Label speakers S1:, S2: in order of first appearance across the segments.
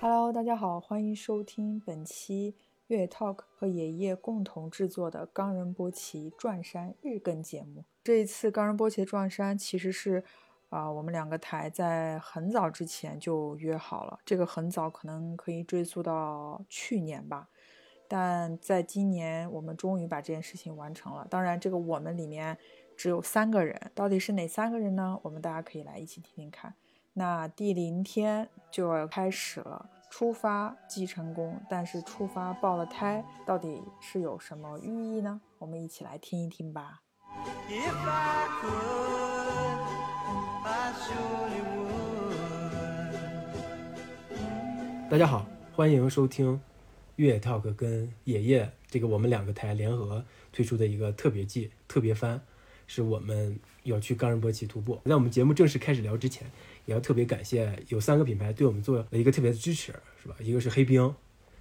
S1: Hello，大家好，欢迎收听本期越野 Talk 和爷爷共同制作的冈仁波齐转山日更节目。这一次冈仁波齐转山其实是啊、我们两个台在很早之前就约好了，这个很早可能可以追溯到去年吧。但在今年，我们终于把这件事情完成了。当然，这个我们里面只有三个人，到底是哪三个人呢？我们大家可以来一起听听看。那第零天就要开始了，出发即成功，但是出发爆了胎，到底是有什么寓意呢？我们一起来听一听吧。
S2: If I could, I surely would.
S3: 大家好，欢迎收听越野 Talk 跟野夜这个我们两个台联合推出的一个特别季特别番，是我们要去冈仁波齐徒步。在我们节目正式开始聊之前，也要特别感谢有三个品牌对我们做了一个特别的支持，是吧？一个是黑冰，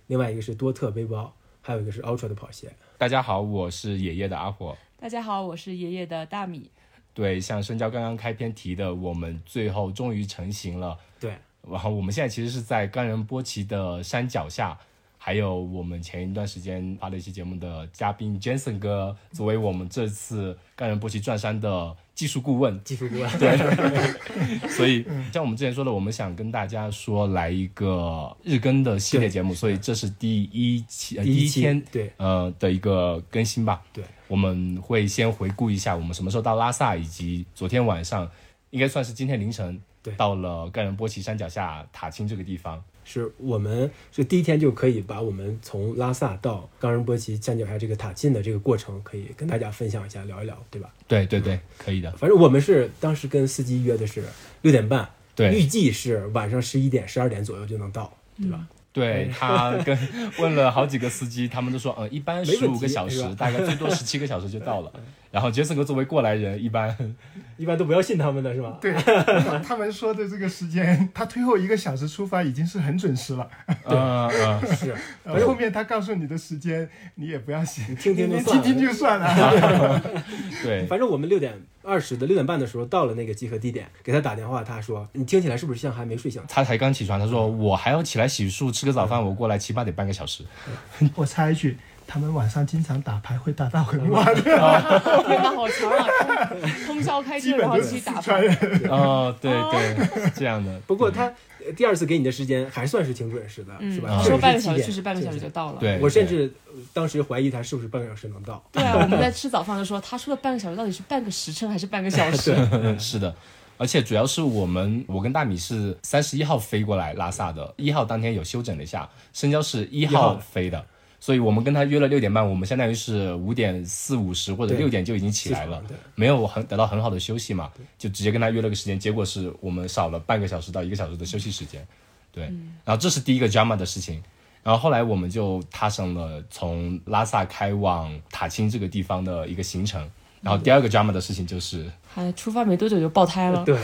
S3: 另外一个是多特背包，还有一个是 Ultra 的跑鞋。
S4: 大家好，我是爷爷的阿火。
S5: 大家好，我是爷爷的大米。
S4: 对，像深交刚刚开篇提的，我们最后终于成型了。
S3: 对，
S4: 然后我们现在其实是在冈仁波齐的山脚下，还有我们前一段时间发了一期节目的嘉宾 Jason 哥，作为我们这次冈仁波齐转山的技术顾 问，
S3: 技术顾问。对，
S4: 所以像我们之前说的，我们想跟大家说来一个日更的系列节目，所以这是第一期、呃、第一
S3: 期
S4: 天
S3: 对
S4: 呃的一个更新吧。
S3: 对，
S4: 我们会先回顾一下我们什么时候到拉萨，以及昨天晚上应该算是今天凌晨
S3: 对
S4: 到了盖仁波齐山脚下塔青这个地方。
S3: 是我们是第一天就可以把我们从拉萨到冈仁波齐山脚下这个塔沁的这个过程，可以跟大家分享一下，聊一聊，对吧？
S4: 对对对，可以的。
S3: 反正我们是当时跟司机约的是六点半，
S4: 对
S3: 预计是晚上十一点、十二点左右就能到，对吧？
S5: 嗯
S4: 对他跟问了好几个司机，他们都说， 嗯，一般
S3: 没问题
S4: 十五个小
S3: 是
S4: 时
S3: 吧，
S4: 大概最多十七个小时就 到了。然后杰森哥作为过来人，一般
S3: 一般都不要信他们的是 吧？
S6: 对他们说的这个时间，他推后一个小时出发已经是很准时了。
S4: 嗯嗯，
S3: 是，
S6: 呃，后面他告诉你的时间，你也不要信，你
S3: 听听就
S6: 你
S3: 算
S6: 听
S3: 了
S6: 听就算了。
S4: 对
S3: 反正我们六点二十的六点半的时候到了那个集合地点，给他打电话，他说你听起来是不是像还没睡醒？
S4: 他才刚起床，他说我还要起来洗漱吃个早饭，我过来起码得半个小时。
S6: 我插一句，他们晚上经常打牌会打到很晚的，
S5: 天哪，好强啊！通通宵开
S6: 基
S5: 车，
S6: 本
S5: 然后
S6: 都
S5: 去
S6: 是四
S5: 打
S6: 川
S5: 牌。
S6: 人。
S4: 哦，对对，这样的。
S3: 不过他
S4: 嗯
S3: 呃第二次给你的时间还算是挺准时的，是吧？
S5: 嗯，
S3: 确实
S5: 说
S3: 是
S5: 半个
S3: 七
S5: 小时，
S3: 点
S5: 确实半个小时就。到了。
S4: 啊对，
S3: 我甚
S4: 对
S3: 至呃当时怀疑他是不是半个小时能到。
S5: 对啊，我们在吃早饭的时候，他说的半个小时到底是半个时辰还是半个小时？
S4: 嗯 是的，而且主要是我们，我跟大米是三十一号飞过来拉萨的，一号当天有休整了一下，深交是一
S3: 号
S4: 号飞的，所以我们跟他约了六点半，我们相当于是五点四五十或者
S3: 对
S4: 六点就已经起来了
S3: 起床对，
S4: 没有很得到很好的休息嘛，就直接跟他约了个时间，结果是我们少了半个小时到一个小时的休息时间，对，
S3: 嗯
S4: 然后这是第一个 drama 的事情。然后后来我们就踏上了从拉萨开往塔青这个地方的一个行程。然后第二个 drama 的事情就是
S5: 还出发没多久就爆胎了。
S3: 对，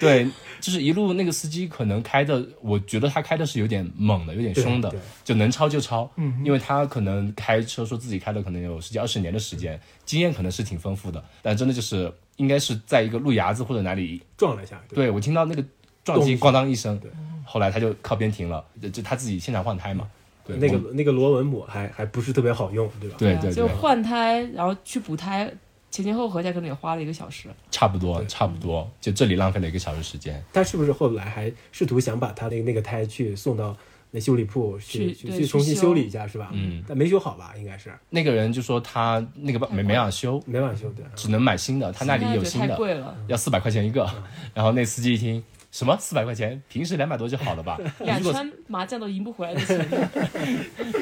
S4: 对，就是一路那个司机可能开的，我觉得他开的是有点猛的，有点凶的
S3: 对对，
S4: 就能超就超。嗯，因为他可能开车说自己开了可能有十几二十年的时间，经验可能是挺丰富的，但真的就是应该是在一个路牙子或者哪里，
S3: 撞了一下，
S4: 对我听到那个撞击
S3: 咚
S4: 咣当一声
S3: 对，
S4: 后来他就靠边停了，就就他自己现场换胎嘛。对，
S3: 那
S4: 我们
S3: 个那个螺纹抹还还不是特别好用，对吧？
S4: 对
S5: 啊
S4: 对
S5: 就
S4: 对，
S5: 换胎，然后去补胎，前前后后合起来可能也花了一个小时。
S4: 差不多差不多，就这里浪费了一个小时时间。
S3: 他是不是后来还试图想把他那个那个胎去送到那修理铺去
S5: 去
S3: 去
S5: 对
S3: 去重新
S5: 去修
S3: 修理一下，是吧？
S4: 嗯，
S3: 但没修好吧？应该是
S4: 那个人就说他那个没没法修，
S3: 没法修，对。
S4: 只能买新的，他那里有
S5: 现
S4: 新
S5: 在觉得
S4: 的
S5: 啊太。贵了，
S4: 要四百块钱一个。然后那司机一听，什么四百块钱？平时两百多就好了吧？
S5: 两
S4: 如果
S5: 川麻将都赢不回来的钱。
S4: 他说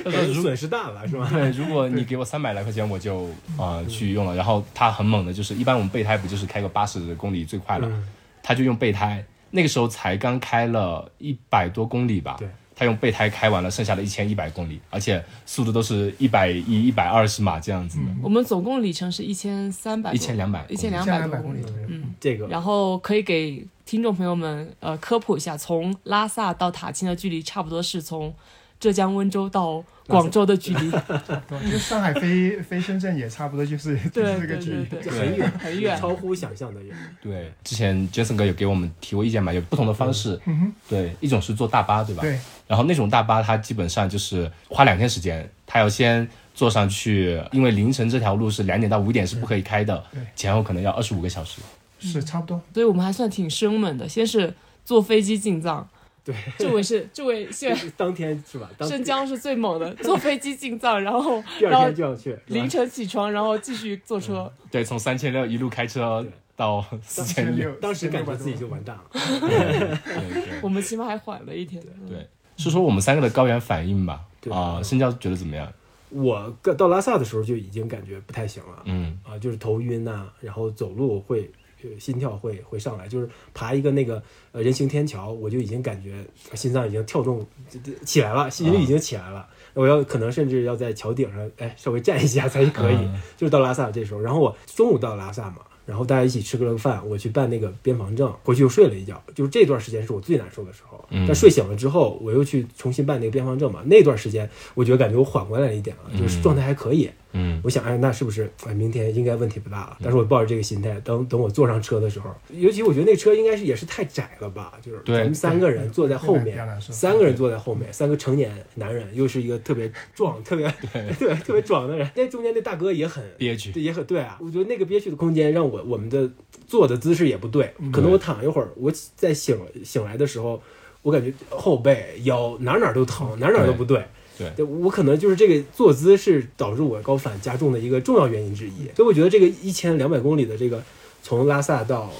S3: 但是
S4: 如果
S3: 损失大了，是吧？
S4: 对，如果你给我三百来块钱，我就啊、呃去用了。然后他很猛的，就是一般我们备胎不就是开个八十公里最快了，
S3: 嗯
S4: 他就用备胎。那个时候才刚开了一百多公里吧
S3: 对，
S4: 他用备胎开完了剩下的一千一百公里，而且速度都是一百一、一百二十码这样子的。
S5: 我们总共里程是一千三百，
S4: 1200
S5: 一千两
S6: 像
S5: 百
S6: 两
S5: 多
S6: 百
S5: 公里。
S3: 这个
S5: 然后可以给听众朋友们呃科普一下，从拉萨到塔钦的距离差不多是从浙江温州到广州的距离，
S6: 因为上海飞飞深圳也差不多就是就是
S5: 对
S6: 这
S5: 对
S6: 个距离
S5: 对。对，
S3: 这很远
S5: 很远。
S3: 超乎想象的远。
S4: 对，之前 Jason 哥有给我们提过意见嘛，有不同的方式。对，一种是坐大巴，对吧？
S6: 对，
S4: 然后那种大巴，它基本上就是花两天时间，它要先坐上去，因为凌晨这条路是两点到五点是不可以开的，前后可能要二十五个小时。
S6: 是差不多。
S5: 所以我们还算挺生猛的。先是坐飞机进藏，
S3: 对，
S5: 这位是这位现在
S3: 当天是吧？当
S5: 镇江是最猛的，坐飞机进藏，然后
S3: 第
S5: 然
S3: 二
S5: 后
S3: 天就要去，
S5: 凌晨起床，然后继续坐车。
S4: 对，从三千六一路开车到四千六。
S6: 六，
S3: 当时感觉自己就
S6: 1600多
S3: 完蛋了。
S4: 对对
S5: 我们起码还缓了一天。
S4: 对，是说我们三个的高原反应吧？
S3: 对
S4: 啊，深交觉得怎么样？
S3: 我个到拉萨的时候就已经感觉不太行了，
S4: 嗯，
S3: 啊，就是头晕呐、然后走路会呃心跳会会上来，就是爬一个那个呃人行天桥，我就已经感觉呃心脏已经跳动这这起来了，心率已经起来 了。我要可能甚至要在桥顶上，哎，稍哎微站一下才可以。就是到拉萨这时候，然后我中午到拉萨嘛，然后大家一起吃个饭，我去办那个边防证，回去又睡了一觉。就是这段时间是我最难受的时候。
S4: 嗯
S3: 但睡醒了之后，我又去重新办那个边防证嘛。那段时间，我觉得感觉我缓过来了一点啊，就是状态还可以。
S4: 嗯，
S3: 我想，哎，那是不是哎，明天应该问题不大了？但是我抱着这个心态，等等我坐上车的时候，尤其我觉得那车应该是也是太窄了吧，就是
S4: 对
S3: 咱们三个人坐在后
S6: 对比
S3: 面
S6: 较难，受
S3: 三个人坐在后面，三个成年男人，又是一个特别壮、特别对特别壮的人，那中间那大哥也很
S4: 憋屈
S3: 对，也很对啊。我觉得那个憋屈的空间让我我们的坐的姿势也不对，
S6: 嗯
S3: 可能我躺一会儿，我起在醒醒来的时候，我感觉后背、腰哪哪都疼，哪哪都不对。
S4: 对
S3: 对，我可能就是这个坐姿是导致我高反加重的一个重要原因之一。所以我觉得这个一千两百公里的这个从拉萨到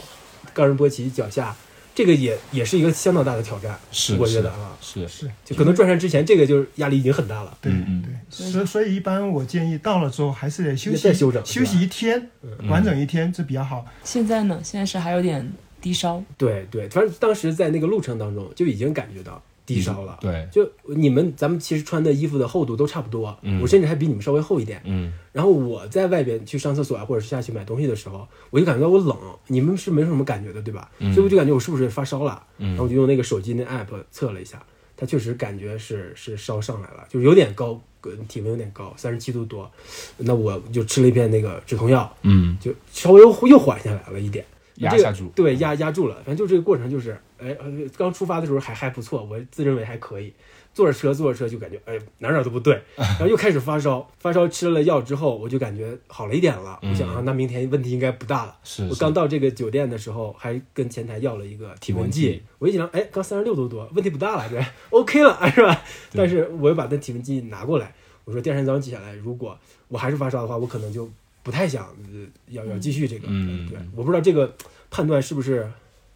S3: 冈仁波齐脚下，这个也也是一个相当大的挑战。
S4: 是，
S3: 我觉
S4: 是
S3: 得啊，
S4: 是，
S6: 是，
S3: 就可能转山之前，这个就是压力已经很大了。
S6: 对
S4: 嗯嗯
S6: 对，所以所以一般我建议到了之后还是得休
S3: 再
S6: 息
S3: 休整
S6: 休息一天，完整一天这比较好。
S5: 现在呢？现在是还有点低烧，
S3: 对对，反正当时在那个路程当中就已经感觉到低烧了。
S4: 嗯对，
S3: 就你们咱们其实穿的衣服的厚度都差不多，
S4: 嗯
S3: 我甚至还比你们稍微厚一点。
S4: 嗯，
S3: 然后我在外边去上厕所啊，或者是下去买东西的时候，我就感觉到我冷，你们是没什么感觉的，对吧？所以我就感觉我是不是发烧了？然后我就用那个手机那 app 测了一下，它确实感觉是是烧上来了，就是有点高，呃体温有点高，三十七度多。那我就吃了一片那个止痛药，
S4: 嗯，
S3: 就稍微又又缓下来了一点。
S4: 压
S3: 这个
S4: 下住
S3: 对，压压住了。反正就这个过程，就是，哎，呃刚出发的时候还还不错，我自认为还可以。坐着车坐着车就感觉，哎，哪哪都不 对，然后又开始发烧，发烧吃了药之后，我就感觉好了一点了。我想
S4: 嗯
S3: 啊，那明天问题应该不大了。
S4: 是
S3: 我
S4: 是
S3: 刚到这个酒店的时候，还跟前台要了一个体
S4: 温
S3: 温
S4: 计
S3: 计，我一想，哎，刚三十六度多，问题不大了，对 ，OK 了，是吧？但是我又把那体温计拿过来，我说第二天早上起来，如果我还是发烧的话，我可能就不太想、呃要要继续这个。
S4: 嗯
S3: 对，我不知道这个判断是不是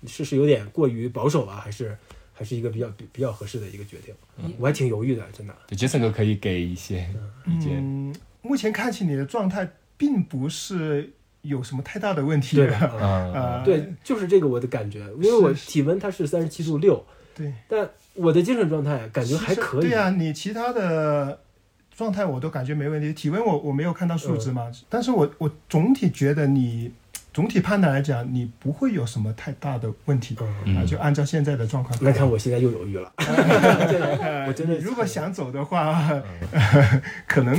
S3: 是是有点过于保守啊，还是还是一个比较比比较合适的一个决定。
S4: 嗯
S3: 我还挺犹豫的，真 的。
S4: 对，Jason 哥可以给一些意见。
S6: 嗯，目前看起你的状态并不是有什么太大的问题
S3: 对啊
S6: 的，
S4: 嗯，
S6: 呃，
S3: 对，就是这个我的感觉，因为我
S6: 是
S3: 体温它是三十七度六，
S6: 对，
S3: 但我的精神状态感觉还
S6: 其实
S3: 可以。
S6: 对啊，你其他的状态我都感觉没问题，体温我我没有看到数
S3: 嗯
S6: 值嘛，但是我我总体觉得你总体判断来讲，你不会有什么太大的问题。
S3: 嗯，
S4: 嗯
S6: 啊，就按照现在的状况来
S3: 那看我现在又犹豫了，
S6: 我
S3: 真的嗯
S6: 如果想走的话， 可能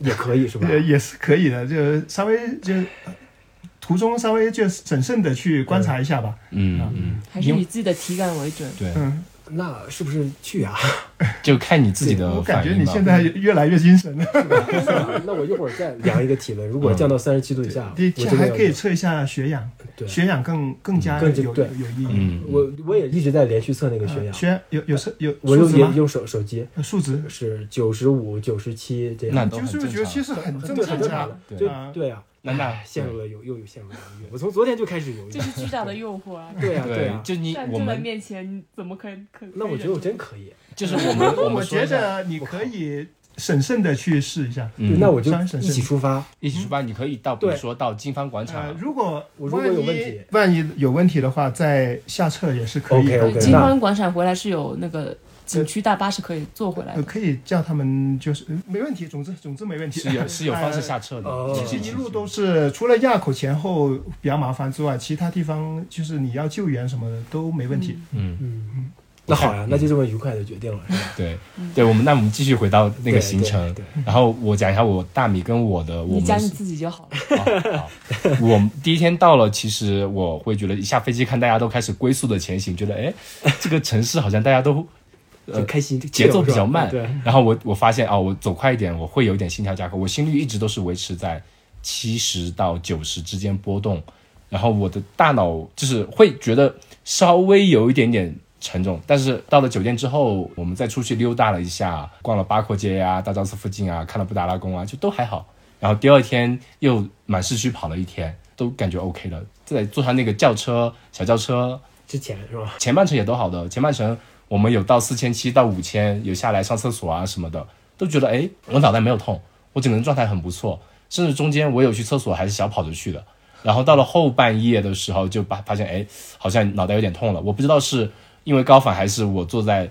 S3: 也可以是吧？
S6: 也也是可以的，就稍微就呃途中稍微就审慎的去观察一下吧。
S4: 嗯嗯，
S5: 还是以自己的体感为准。
S4: 对，
S6: 嗯，
S3: 那是不是去啊？
S4: 就看你自己
S6: 我
S4: 的
S6: 感
S4: 反
S6: 觉
S4: 应
S6: 你
S4: 吧。嗯
S6: 现在越来越精神了。
S3: 那我一会儿再量一个体温，如果降到三十七度以下，
S6: 你
S3: 我真的
S6: 还
S3: 要
S6: 可以
S3: 量
S6: 测一下血氧，
S3: 对。嗯
S6: 血氧更更加有
S3: 更加
S6: 有
S3: 对
S6: 有意义。
S4: 嗯，
S3: 我我也一直在连续测那个血
S6: 啊
S3: 氧，
S6: 血氧有有是有
S3: 我
S6: 数
S3: 用
S6: 值
S3: 也
S6: 吗？
S3: 用手手机
S6: 数值
S3: 是九十五、九十七这
S4: 那
S3: 样，
S4: 都
S6: 九
S4: 很
S6: 十
S4: 正
S6: 五、九
S4: 常。
S6: 七是很正
S3: 对，很正
S6: 常
S3: 常
S6: 的。
S3: 的，
S6: 对
S3: 就
S6: 啊
S3: 对啊，
S4: 那那
S3: 哎陷入了犹又又陷入了犹豫，我从昨天就开始犹豫
S5: 这，是巨大的诱惑啊！
S3: 对啊对
S4: 对
S3: 啊，
S4: 就你
S5: 站
S4: 我
S5: 这在
S4: 们
S5: 面前，你怎么可以可？
S3: 那我觉得我真可以，
S4: 就是我们我
S6: 我
S4: 们说
S6: 觉
S4: 一下
S6: 得你可以审慎的去试一下。
S4: 嗯
S3: 那我就
S6: 三省
S3: 一起出发，
S4: 一起出发，你可以到比如
S3: 对
S4: 说到金帆广场
S6: 呃，，如果
S3: 我如果有问题
S6: 万一万一有问题的话，再下撤也是可以的。
S3: OK，OK
S5: 对，
S3: 对
S5: 金
S3: 那
S5: 帆广场回来是有那个景区大巴是可以坐回来
S6: 呃，
S5: 的。
S6: 可以叫他们就是呃没问题，总之总之没问题。
S4: 是有是有方式下撤的
S3: 呃，
S6: 其
S4: 其
S6: 实
S4: 实
S6: 呃一路都是除了垭口前后比较麻烦之外，其他地方就是你要救援什么的都没问题。
S4: 嗯，
S3: 嗯，那好呀，那就这么愉快的决定了，是吧？
S4: 对，对，我们那我们继续回到那个
S3: 嗯对
S4: 行
S3: 对
S4: 程，
S3: 对
S4: 然后我讲一下我大米跟我的，我
S5: 你讲
S4: 们
S5: 你
S4: 是哦
S5: 自己就好了。
S4: 好，我们第一天到了，其实我会觉得一下飞机看大家都开始龟速的前行，觉得哎，这个城市好像大家都
S3: 就开心，
S4: 呃节奏比较慢
S3: 对，
S4: 然后我我发现啊、我走快一点，我会有一点心跳加快。我心率一直都是维持在七十到九十之间波动，然后我的大脑就是会觉得稍微有一点点沉重。但是到了酒店之后，我们再出去溜达了一下，逛了八廓街呀、大昭寺附近啊，看了布达拉宫啊，就都还好。然后第二天又满市区跑了一天，都感觉 OK 了。再坐上那个轿车，小轿车
S3: 之前是吧？
S4: 前半程也都好的，前半程我们有到四千七到五千，有下来上厕所啊什么的，都觉得哎，我脑袋没有痛，我整个人状态很不错，甚至中间我有去厕所还是小跑着去的。然后到了后半夜的时候，就把发现哎，好像脑袋有点痛了，我不知道是因为高反还是我坐在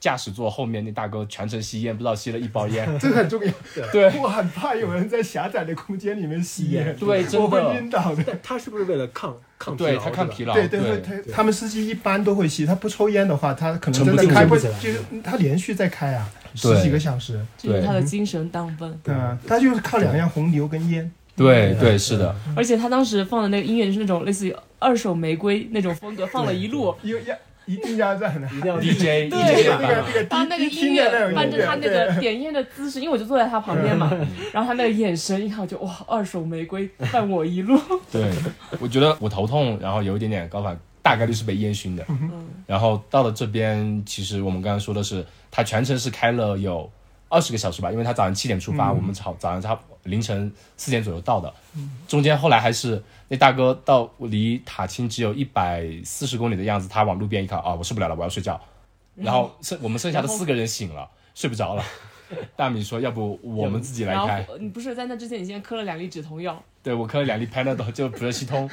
S4: 驾驶座后面那大哥全程吸烟，不知道吸了一包烟，
S6: 这个很重要。
S4: 对
S6: 我很怕有人在狭窄的空间里面吸烟，
S4: 对真的
S6: 我会晕倒的。
S3: 但他是不是为了抗抗疲劳？
S4: 对他看疲
S3: 劳，
S4: 劳，
S6: 对对，他他们司机一般都会吸，他不抽烟的话，他可能
S4: 沉不
S6: 真的
S4: 住
S6: 开
S3: 沉不起
S6: 就
S3: 来
S6: 是他连续在开啊，
S4: 对
S6: 十几个小时。
S5: 这是
S4: 对
S5: 他的精神档奔。
S6: 对啊，他就是靠两样红牛跟烟。
S4: 对对是的，
S5: 而且他当时放的那个音乐就是那种类似于二手玫瑰那种风格，放了一路。
S6: 有要一定要在很
S3: 一定要
S4: DJ
S6: 那
S4: DJ
S6: 个
S4: 版
S6: 那
S4: 嘛
S6: 个
S5: 他
S6: 那个
S5: 那个
S6: 低低
S5: 音
S6: 音的
S5: 乐
S6: 种
S5: 伴着他那
S6: 对
S5: 个点烟的姿势，因为我就坐在他旁边嘛，然后他那个眼神一看我就哇，二手玫瑰伴我一路。
S4: 对，我觉得我头痛，然后有一点点高反，大概率是被烟熏
S5: 嗯
S4: 的。然后到了这边，其实我们刚刚说的是，它全程是开了有二十个小时吧，因为它早上七点出
S5: 嗯
S4: 发，我们早早上差不多凌晨四点左右到的，中间后来还是那大哥到离塔青只有一百四十公里的样子，他往路边一看啊，我受不了了，我要睡觉。然后剩我们剩下的
S5: 嗯然后
S4: 四个人醒了，睡不着了。大米说：“要不我们自己来
S5: 然后
S4: 开？”
S5: 呃你不是在那之前，你先嗑了两粒止痛药，
S4: 对我嗑了两粒 Panadol 就普热西通，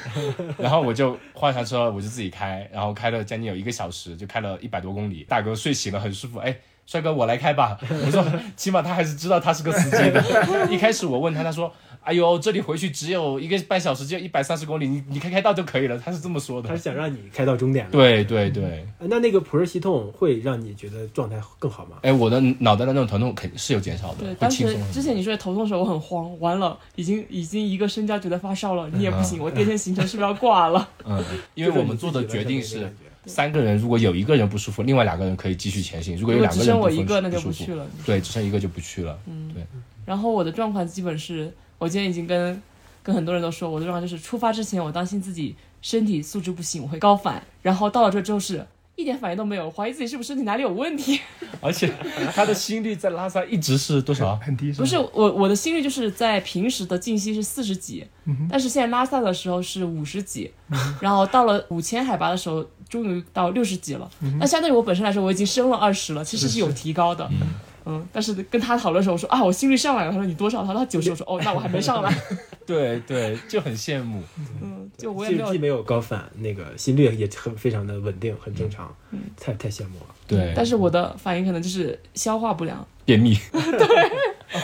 S4: 然后我就换上车，我就自己开，然后开了将近有一个小时，就开了一百多公里。大哥睡醒了很舒服，哎，帅哥我来开吧。我说起码他还是知道他是个司机的。一开始我问他，他说，哎呦，这里回去只有一个半小时，只有一百三十公里，你你开开到就可以了。他是这么说
S3: 他
S4: 的
S3: 是。想让你开到终点的。
S4: 对对对，
S3: 呃，那那个普热西痛会让你觉得状态更好吗？
S4: 哎，我的脑袋的那种疼痛肯定是有减少的
S5: 对，，
S4: 会
S5: 当
S4: 轻
S5: 时
S4: 松很多。
S5: 之前你说头痛的时候我很慌，完了已经已经一个身焦觉得发烧了，你也不行，我第二天行程是不是要挂了？
S4: 嗯，因为我们做的决定
S3: 就是
S4: 是
S3: 你自己完全没感觉
S4: 三个人，如果有一个人不舒服，另外两个人可以继续前行。如果
S5: 如
S4: 有
S5: 果
S4: 两
S5: 只
S4: 个
S5: 剩
S4: 人
S5: 我
S4: 不
S5: 一
S4: 分
S5: 个，那就
S4: 不
S5: 不
S4: 舒服
S5: 去了。
S4: 对，只剩一个就不去了。对，
S5: 然后我的状况基本是，我今天已经跟跟很多人都说，我的状况就是出发之前我担心自己身体素质不行，我会高反，然后到了这之后是一点反应都没有，怀疑自己是不是身体哪里有问题。
S4: 而且他的心率在拉萨一直是多少？
S6: 很低吧
S5: 不是我我的心率就是在平时的静息是四十几，但是现在拉萨的时候是五十几，然后到了五千海拔的时候，终于到六十几了。那相对于我本身来说，我已经升了二十了，其实嗯是有提高的。嗯，但是跟他讨论的时候，我说啊，我心率上来了。他说你多少？他说他九十。我说哦，那我还没 上来。
S4: 对对，就很羡慕。
S5: 嗯，就我也
S3: 既
S5: 没有
S3: 既没有高反，那个心率也很非常的稳定，很正常，
S5: 嗯
S3: 太太羡慕了。
S4: 对，
S5: 但是我的反应可能就是消化不良，
S4: 便秘。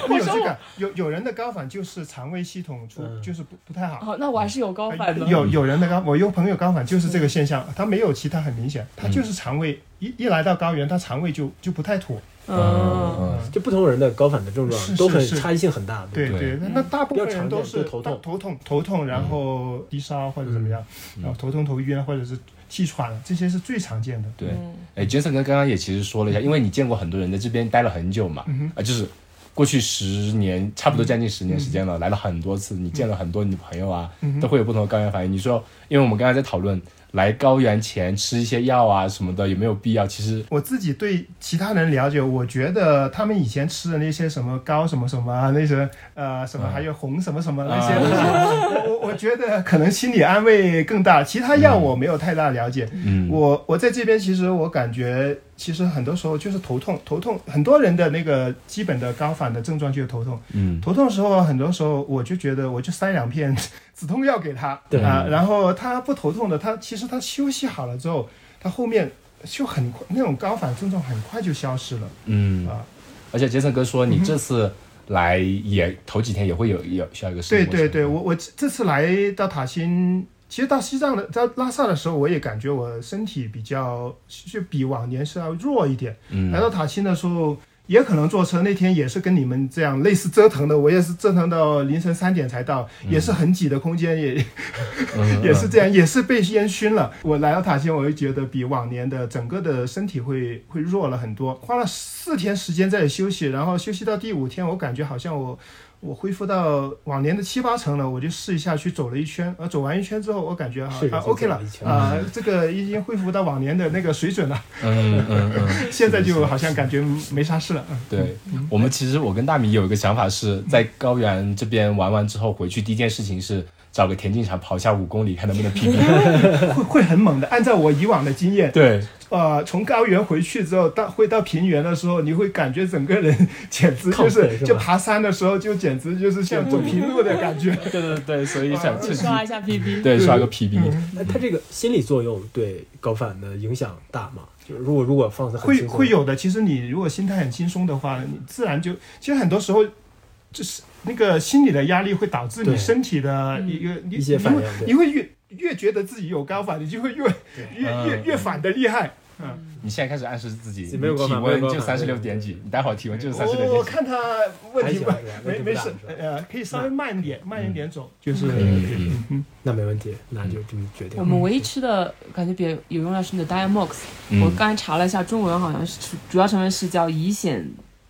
S6: 会有这个，有有人的高反就是肠胃系统出就是不不太好。呃
S5: 哦，那我还是有高反的。嗯
S6: 有有人的高，我有朋友高反就是这个现象，他没有其他很明显，他就是肠胃一一来到高原，他肠胃就就不太妥。
S5: 嗯，
S4: 嗯，
S3: 就不同人的高反的症
S6: 是
S3: 状
S6: 是
S3: 都很
S6: 是
S3: 差异性很大，不
S6: 对对，那那大部分
S3: 比较
S6: 人
S3: 常见
S6: 都是
S3: 就头痛
S6: 大头痛、头痛，然后低烧或者怎么样，然后头痛、头晕或者是气喘，这些是最常见的。
S5: 嗯
S4: 对。哎，Jason 哥刚刚也其实说了一下，因为你见过很多人在这边待了很久嘛，
S6: 嗯
S4: 啊，就是过去十年，差不多将近十年时间了，
S5: 嗯
S4: 来了很多次，你见了很多你的朋友啊，都会有不同的高原反应。你说，因为我们刚才在讨论来高原前吃一些药啊什么的有没有必要，其实
S6: 我自己对其他人了解，我觉得他们以前吃的那些什么高什么什么啊，那些呃什么，还有红什么什么那些，东西，我 我我觉得可能心理安慰更大。其他药我没有太大了解，
S4: 嗯
S6: 我我在这边其实我感觉，其实很多时候就是头痛，头痛很多人的那个基本的高反的症状就是头痛，
S4: 嗯
S6: 头痛的时候，很多时候我就觉得我就塞两片 止痛药给他，
S3: 对
S6: 啊，然后他不头痛的，他其实他休息好了之后，他后面就很快那种高反症状很快就消失了
S4: 嗯，
S6: 啊。
S4: 而且杰森哥说，你这次来也头几天也会有有需要一个生
S6: 对
S4: 活
S6: 对
S4: 习惯
S6: 对，我我这次来到塔新，其实到西藏的到拉萨的时候，我也感觉我身体比较就比往年是要弱一点。
S4: 嗯
S6: 来到塔青的时候，也可能坐车，那天也是跟你们这样类似折腾的，我也是折腾到凌晨三点才到，也是很挤的空间，也
S4: 嗯
S6: 也是这样，也是被烟熏了。我来到塔县，我就觉得比往年的整个的身体会会弱了很多。花了四天时间在休息，然后休息到第五天，我感觉好像我我恢复到往年的七八成了。我就试一下去走了一圈，呃，走完一圈之后，我感觉啊
S3: 是
S6: 啊 OK 了
S3: 已经走
S6: 啊、
S3: 了
S6: 这个已经恢复到往年的那个水准了。
S4: 嗯嗯嗯，
S6: 现在就好像感觉没啥事了。嗯
S4: 对我们其实我跟大米有一个想法是在高原这边玩完之后回去第一件事情是找个田径场跑下五公里，看能不能 PB。
S6: 会会很猛的，按照我以往的经验，
S4: 对，
S6: 呃，从高原回去之后，到会到平原的时候，你会感觉整个人简直就
S3: 亢奋是
S6: 是，
S3: 吧
S6: 就爬山的时候就简直就是像走平路的感 觉。
S4: 对对对，所以想趁机
S5: 刷一下 PB。
S4: 对刷个 PB。
S6: 嗯
S3: 那它这个心理作用对高反的影响大吗？就是如果如果放的
S6: 会会有的。其实你如果心态很轻松的话，你自然就，其实很多时候就是那个心理的压力会导致你
S3: 对
S6: 身体的一个你
S3: 嗯一些
S6: 你
S3: 反
S6: 会
S3: 应对
S6: 你会越越觉得自己有高反，你就会越越越
S4: 嗯
S6: 越反的厉害。
S4: 你现在开始暗示自己，
S3: 没有
S4: 你
S3: 办法
S4: 体
S3: 没有
S4: 温
S3: 办
S4: 就
S3: 法
S4: 三十六点几，你待会儿体温就是三十
S6: 我
S4: 六点
S6: 我哦看他问题不
S3: 还行是吧
S6: 没
S3: 问题不
S6: 没
S3: 大
S6: 事
S3: 是吧，
S6: 呃，可以稍微慢一点，慢一点走，就是
S4: 几。嗯嗯
S3: 那没问题，那就这么决定。
S5: 我们唯一吃的感觉比较有用的是你的 Diamox，、
S4: 嗯
S5: 我刚才查了一下，中文好像是主要成分是叫乙酰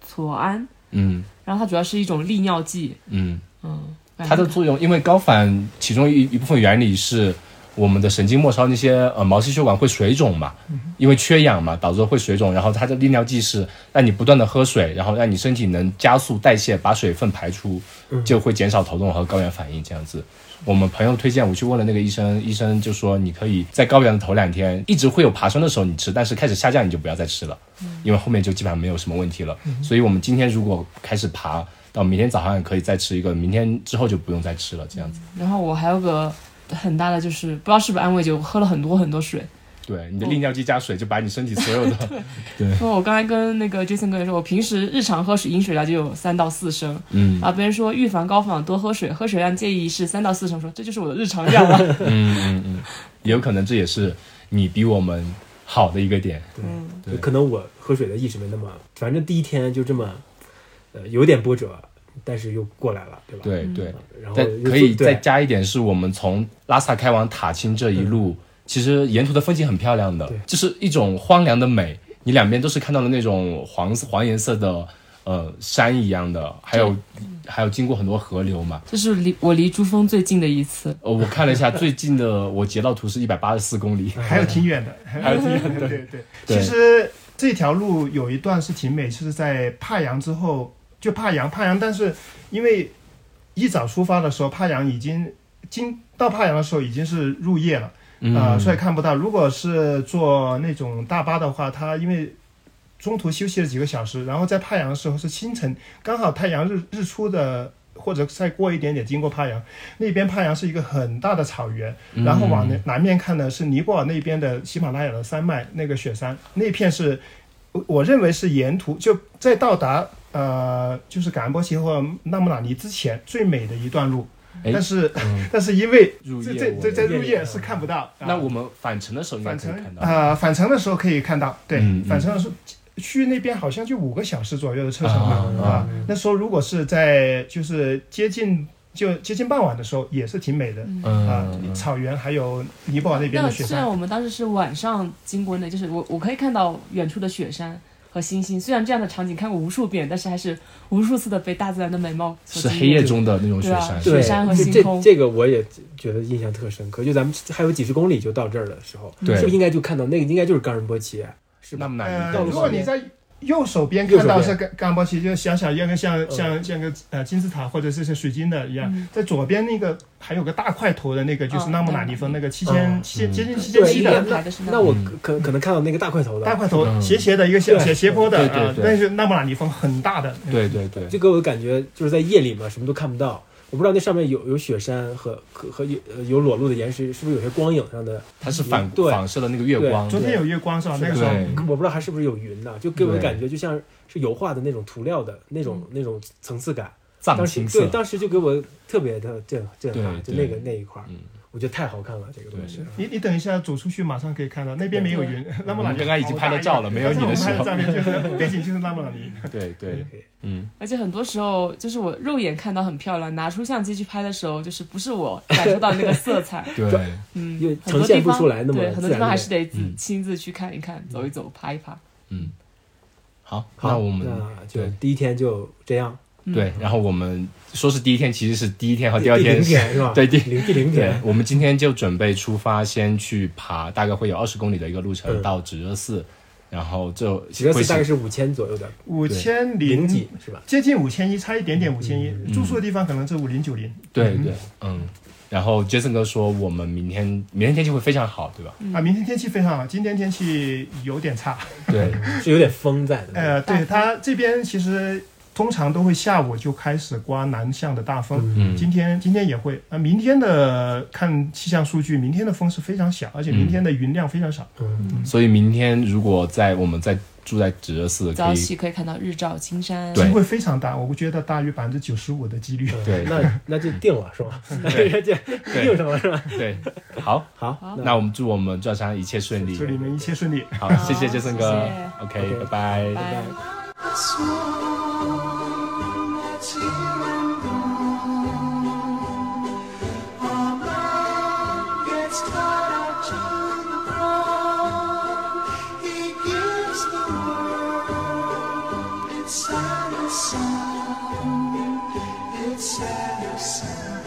S5: 唑胺，
S4: 嗯
S5: 然后它主要是一种利尿剂，
S4: 嗯，
S5: 嗯，
S4: 它的作用，因为高反其中一一部分原理是我们的神经末梢那些呃毛细血管会水肿嘛，因为缺氧嘛，导致会水肿。然后它的利尿剂是让你不断的喝水，然后让你身体能加速代谢，把水分排出，就会减少头痛和高原反应这样子。我们朋友推荐我去问了那个医生，医生就说你可以在高原的头两天一直会有爬升的时候你吃，但是开始下降你就不要再吃了，因为后面就基本上没有什么问题了。
S3: 嗯
S4: 所以我们今天如果开始爬到明天早上可以再吃一个，明天之后就不用再吃了这样子。
S3: 嗯
S5: 然后我还有个很大的就是不知道是不是安慰剂，我喝了很多很多水。
S4: 对，你的利尿剂加水就把你身体所有 的
S5: 因为我刚才跟那个 Jason 哥也说，我平时日常喝水饮水量就有三到四升，
S4: 嗯
S5: 然后别人说预防高反多喝水，喝水量建议是三到四升，我说这就是我的日常 量了。
S4: 嗯嗯嗯，也有可能这也是你比我们好的一个点。
S3: 就可能我喝水的意识没那么，反正第一天就这么，呃，有点波折，但是又过来了，对嗯哦吧？
S4: 对对。
S3: 然后
S4: 但
S3: 又
S4: 可以
S3: 做
S4: 再
S3: 对
S4: 加一点，是我们从拉萨开往塔青这一路，其实沿途的风景很漂亮的
S3: 嗯对，
S4: 就是一种荒凉的美。你两边都是看到了那种黄色黄颜色的呃山一样的，还有还有经过很多河流嘛。
S5: 这是离我离珠峰最近的一次，
S4: 呃，我看了一下最近的，我截到图是一百八十四公里。
S6: 还有挺远的，
S4: 还有挺远的
S6: 对对对。
S4: 对
S6: 其实这条路有一段是挺美，就是在帕阳之后，就帕阳帕阳，但是因为一早出发的时候，帕阳已经经到帕阳的时候已经是入夜了，啊、所以看不到。如果是坐那种大巴的话，它因为中途休息了几个小时，然后在帕阳的时候是清晨，刚好太阳日日出的。或者再过一点点，经过帕阳那边，帕阳是一个很大的草原，
S4: 嗯
S6: 然后往南南面看呢是尼泊尔那边的喜马拉雅的山脉，那个雪山那片是，我我认为是沿途就在到达呃就是冈仁波齐或纳木纳尼之前最美的一段路，
S4: 哎
S6: 但是、 但是因为
S4: 入
S6: 这
S4: 夜
S6: 这
S4: 我
S6: 这在
S3: 们
S6: 入夜是看不到，啊
S4: 那我们返程的时候应该
S6: 返
S4: 可以
S6: 程
S4: 看到。
S6: 啊、返程的时候可以看到，对，
S4: 嗯嗯
S6: 返程的时候。去那边好像就五个小时左右的车程吧，
S4: 啊
S6: 啊
S3: 嗯
S6: 那时候如果是在就是接近就接近傍晚的时候，也是挺美的，啊、
S4: 嗯，
S6: 草原还有尼泊尔那边
S5: 那
S6: 的雪
S5: 虽
S6: 山
S5: 然，我们当时是晚上经过那，就是我我可以看到远处的雪山和星星，虽然这样的场景看过无数遍，但是还是无数次的被大自然的美貌所
S4: 是
S5: 惊
S4: 黑
S5: 艳
S4: 夜中的那种雪山。
S5: 对雪山和
S3: 这
S5: 星空
S3: 这这个我也觉得印象特深刻。就咱们还有几十公里就到这儿的时候，
S4: 对
S3: 是不是应该就看到那个应该就是冈仁波齐？
S4: 是纳木纳尼
S6: 呃，
S4: 道
S6: 如
S4: 路
S6: 果
S4: 上
S6: 你
S4: 面。
S6: 在右手边
S3: 右手
S6: 看到
S3: 边
S6: 是冈冈仁波齐，就小小一个像
S4: 嗯
S6: 像像个呃金字塔或者是像水晶的一样，在左边那个还有个大块头的那个就是
S5: 嗯
S6: 纳木哪尼峰那个七
S3: 嗯
S6: 千七千接近七千
S3: 对
S6: 七
S5: 一
S6: 的
S5: 连排的是那
S3: 那我可可能看到那个大块头
S6: 大
S3: 的，
S6: 块头
S4: 嗯
S6: 斜斜的一个斜
S3: 对
S6: 斜斜坡的
S4: 对对
S6: 啊，
S4: 对
S6: 但是纳木哪尼峰很大的，嗯
S4: 对对对，
S3: 就给我的感觉就是在夜里嘛，什么都看不到。我不知道那上面有有雪山和和和有呃有裸露的岩石，是不是有些光影上的？
S4: 它是反
S3: 对
S4: 反射的那个月
S3: 对
S4: 光。
S6: 昨天有月光是吧？
S3: 啊
S6: 那个时候
S4: 对
S3: 我不知道它是不是有云呐、就给我的
S4: 对
S3: 感觉就像是油画的那种涂料的那种那种层次感。
S4: 藏
S3: 当时
S4: 青
S3: 对，
S4: 色。
S3: 当时就给我特别的震震
S4: 对
S3: 撼，就
S4: 对
S3: 那个那一块儿
S4: 嗯，
S3: 我觉得太好看了这个东西。嗯
S6: 你你等一下走出去，马上可以看到那边没有云，
S4: 我
S6: 拉莫
S4: 们
S6: 朗尼
S4: 刚刚已经拍了 照了，没有你的时
S6: 拍的
S4: 候
S6: 照。片就是 背景就是拉莫朗尼。
S4: 对对，嗯，
S5: 而且很多时候，就是我肉眼看到很漂亮，拿出相机去拍的时候，就是不是我感受到那个色彩，
S4: 对，
S5: 嗯，
S3: 因为
S5: 很多
S3: 呈现
S5: 地
S3: 不
S5: 方
S3: 出来那么
S5: 对，很
S3: 自
S5: 多地
S3: 然
S5: 方
S3: 的
S5: 还是得自
S4: 嗯
S5: 亲自去看一看、走一走、爬一爬。
S4: 嗯，好，
S3: 好，
S4: 那我们
S3: 那就
S4: 对
S3: 第一天就这样，
S4: 对，然后我们说是第一天，其实是第一天啊和第二
S3: 第
S4: 天
S3: 零天是吧？
S4: 对第
S3: 零第零
S4: 对
S3: 天，，
S4: 我们今天就准备出发，先去爬，大概会有二十公里的一个路程
S3: 嗯
S4: 到指热寺，然后就
S3: 几个
S4: 会
S3: 是大概
S4: 是
S3: 是五千左右的，
S6: 五千
S3: 零
S6: 零
S3: 几是吧？
S6: 接近五千一，差一
S4: 嗯
S6: 点点五千一。住宿的地方可能是五零九零
S4: 对对嗯。然后 Jason 哥说，我们明天明天天气会非常好，对吧？
S6: 啊。明天天气非常好，今天天气有点差。
S4: 对，
S3: 是有点风在
S4: 嗯
S3: 的。
S6: 呃，对，它这边其实通常都会下午就开始刮南向的大风。
S3: 嗯，
S4: 嗯，
S6: 今天今天也会啊，明天的看气象数据，明天的风是非常小，
S4: 嗯
S6: 而且明天的云量非常少。
S3: 嗯
S4: 所以明天如果在我们在住在指热寺，可
S5: 早
S4: 以
S5: 起可以看到日照金山，
S4: 对
S6: 机会非常大，我觉得大于百分之九十五的几率。
S4: 对
S3: 那那就定了是吧？ 这定上了是吧？
S4: 对，好，
S3: 好，
S4: 那我们祝我们转山一切顺利
S6: 祝。你们一切顺利。
S4: 好，谢谢 Jason 哥，OK，拜拜。
S5: 拜拜。
S2: Gets tied to the ground. He gives the world its saddest song, its saddest song.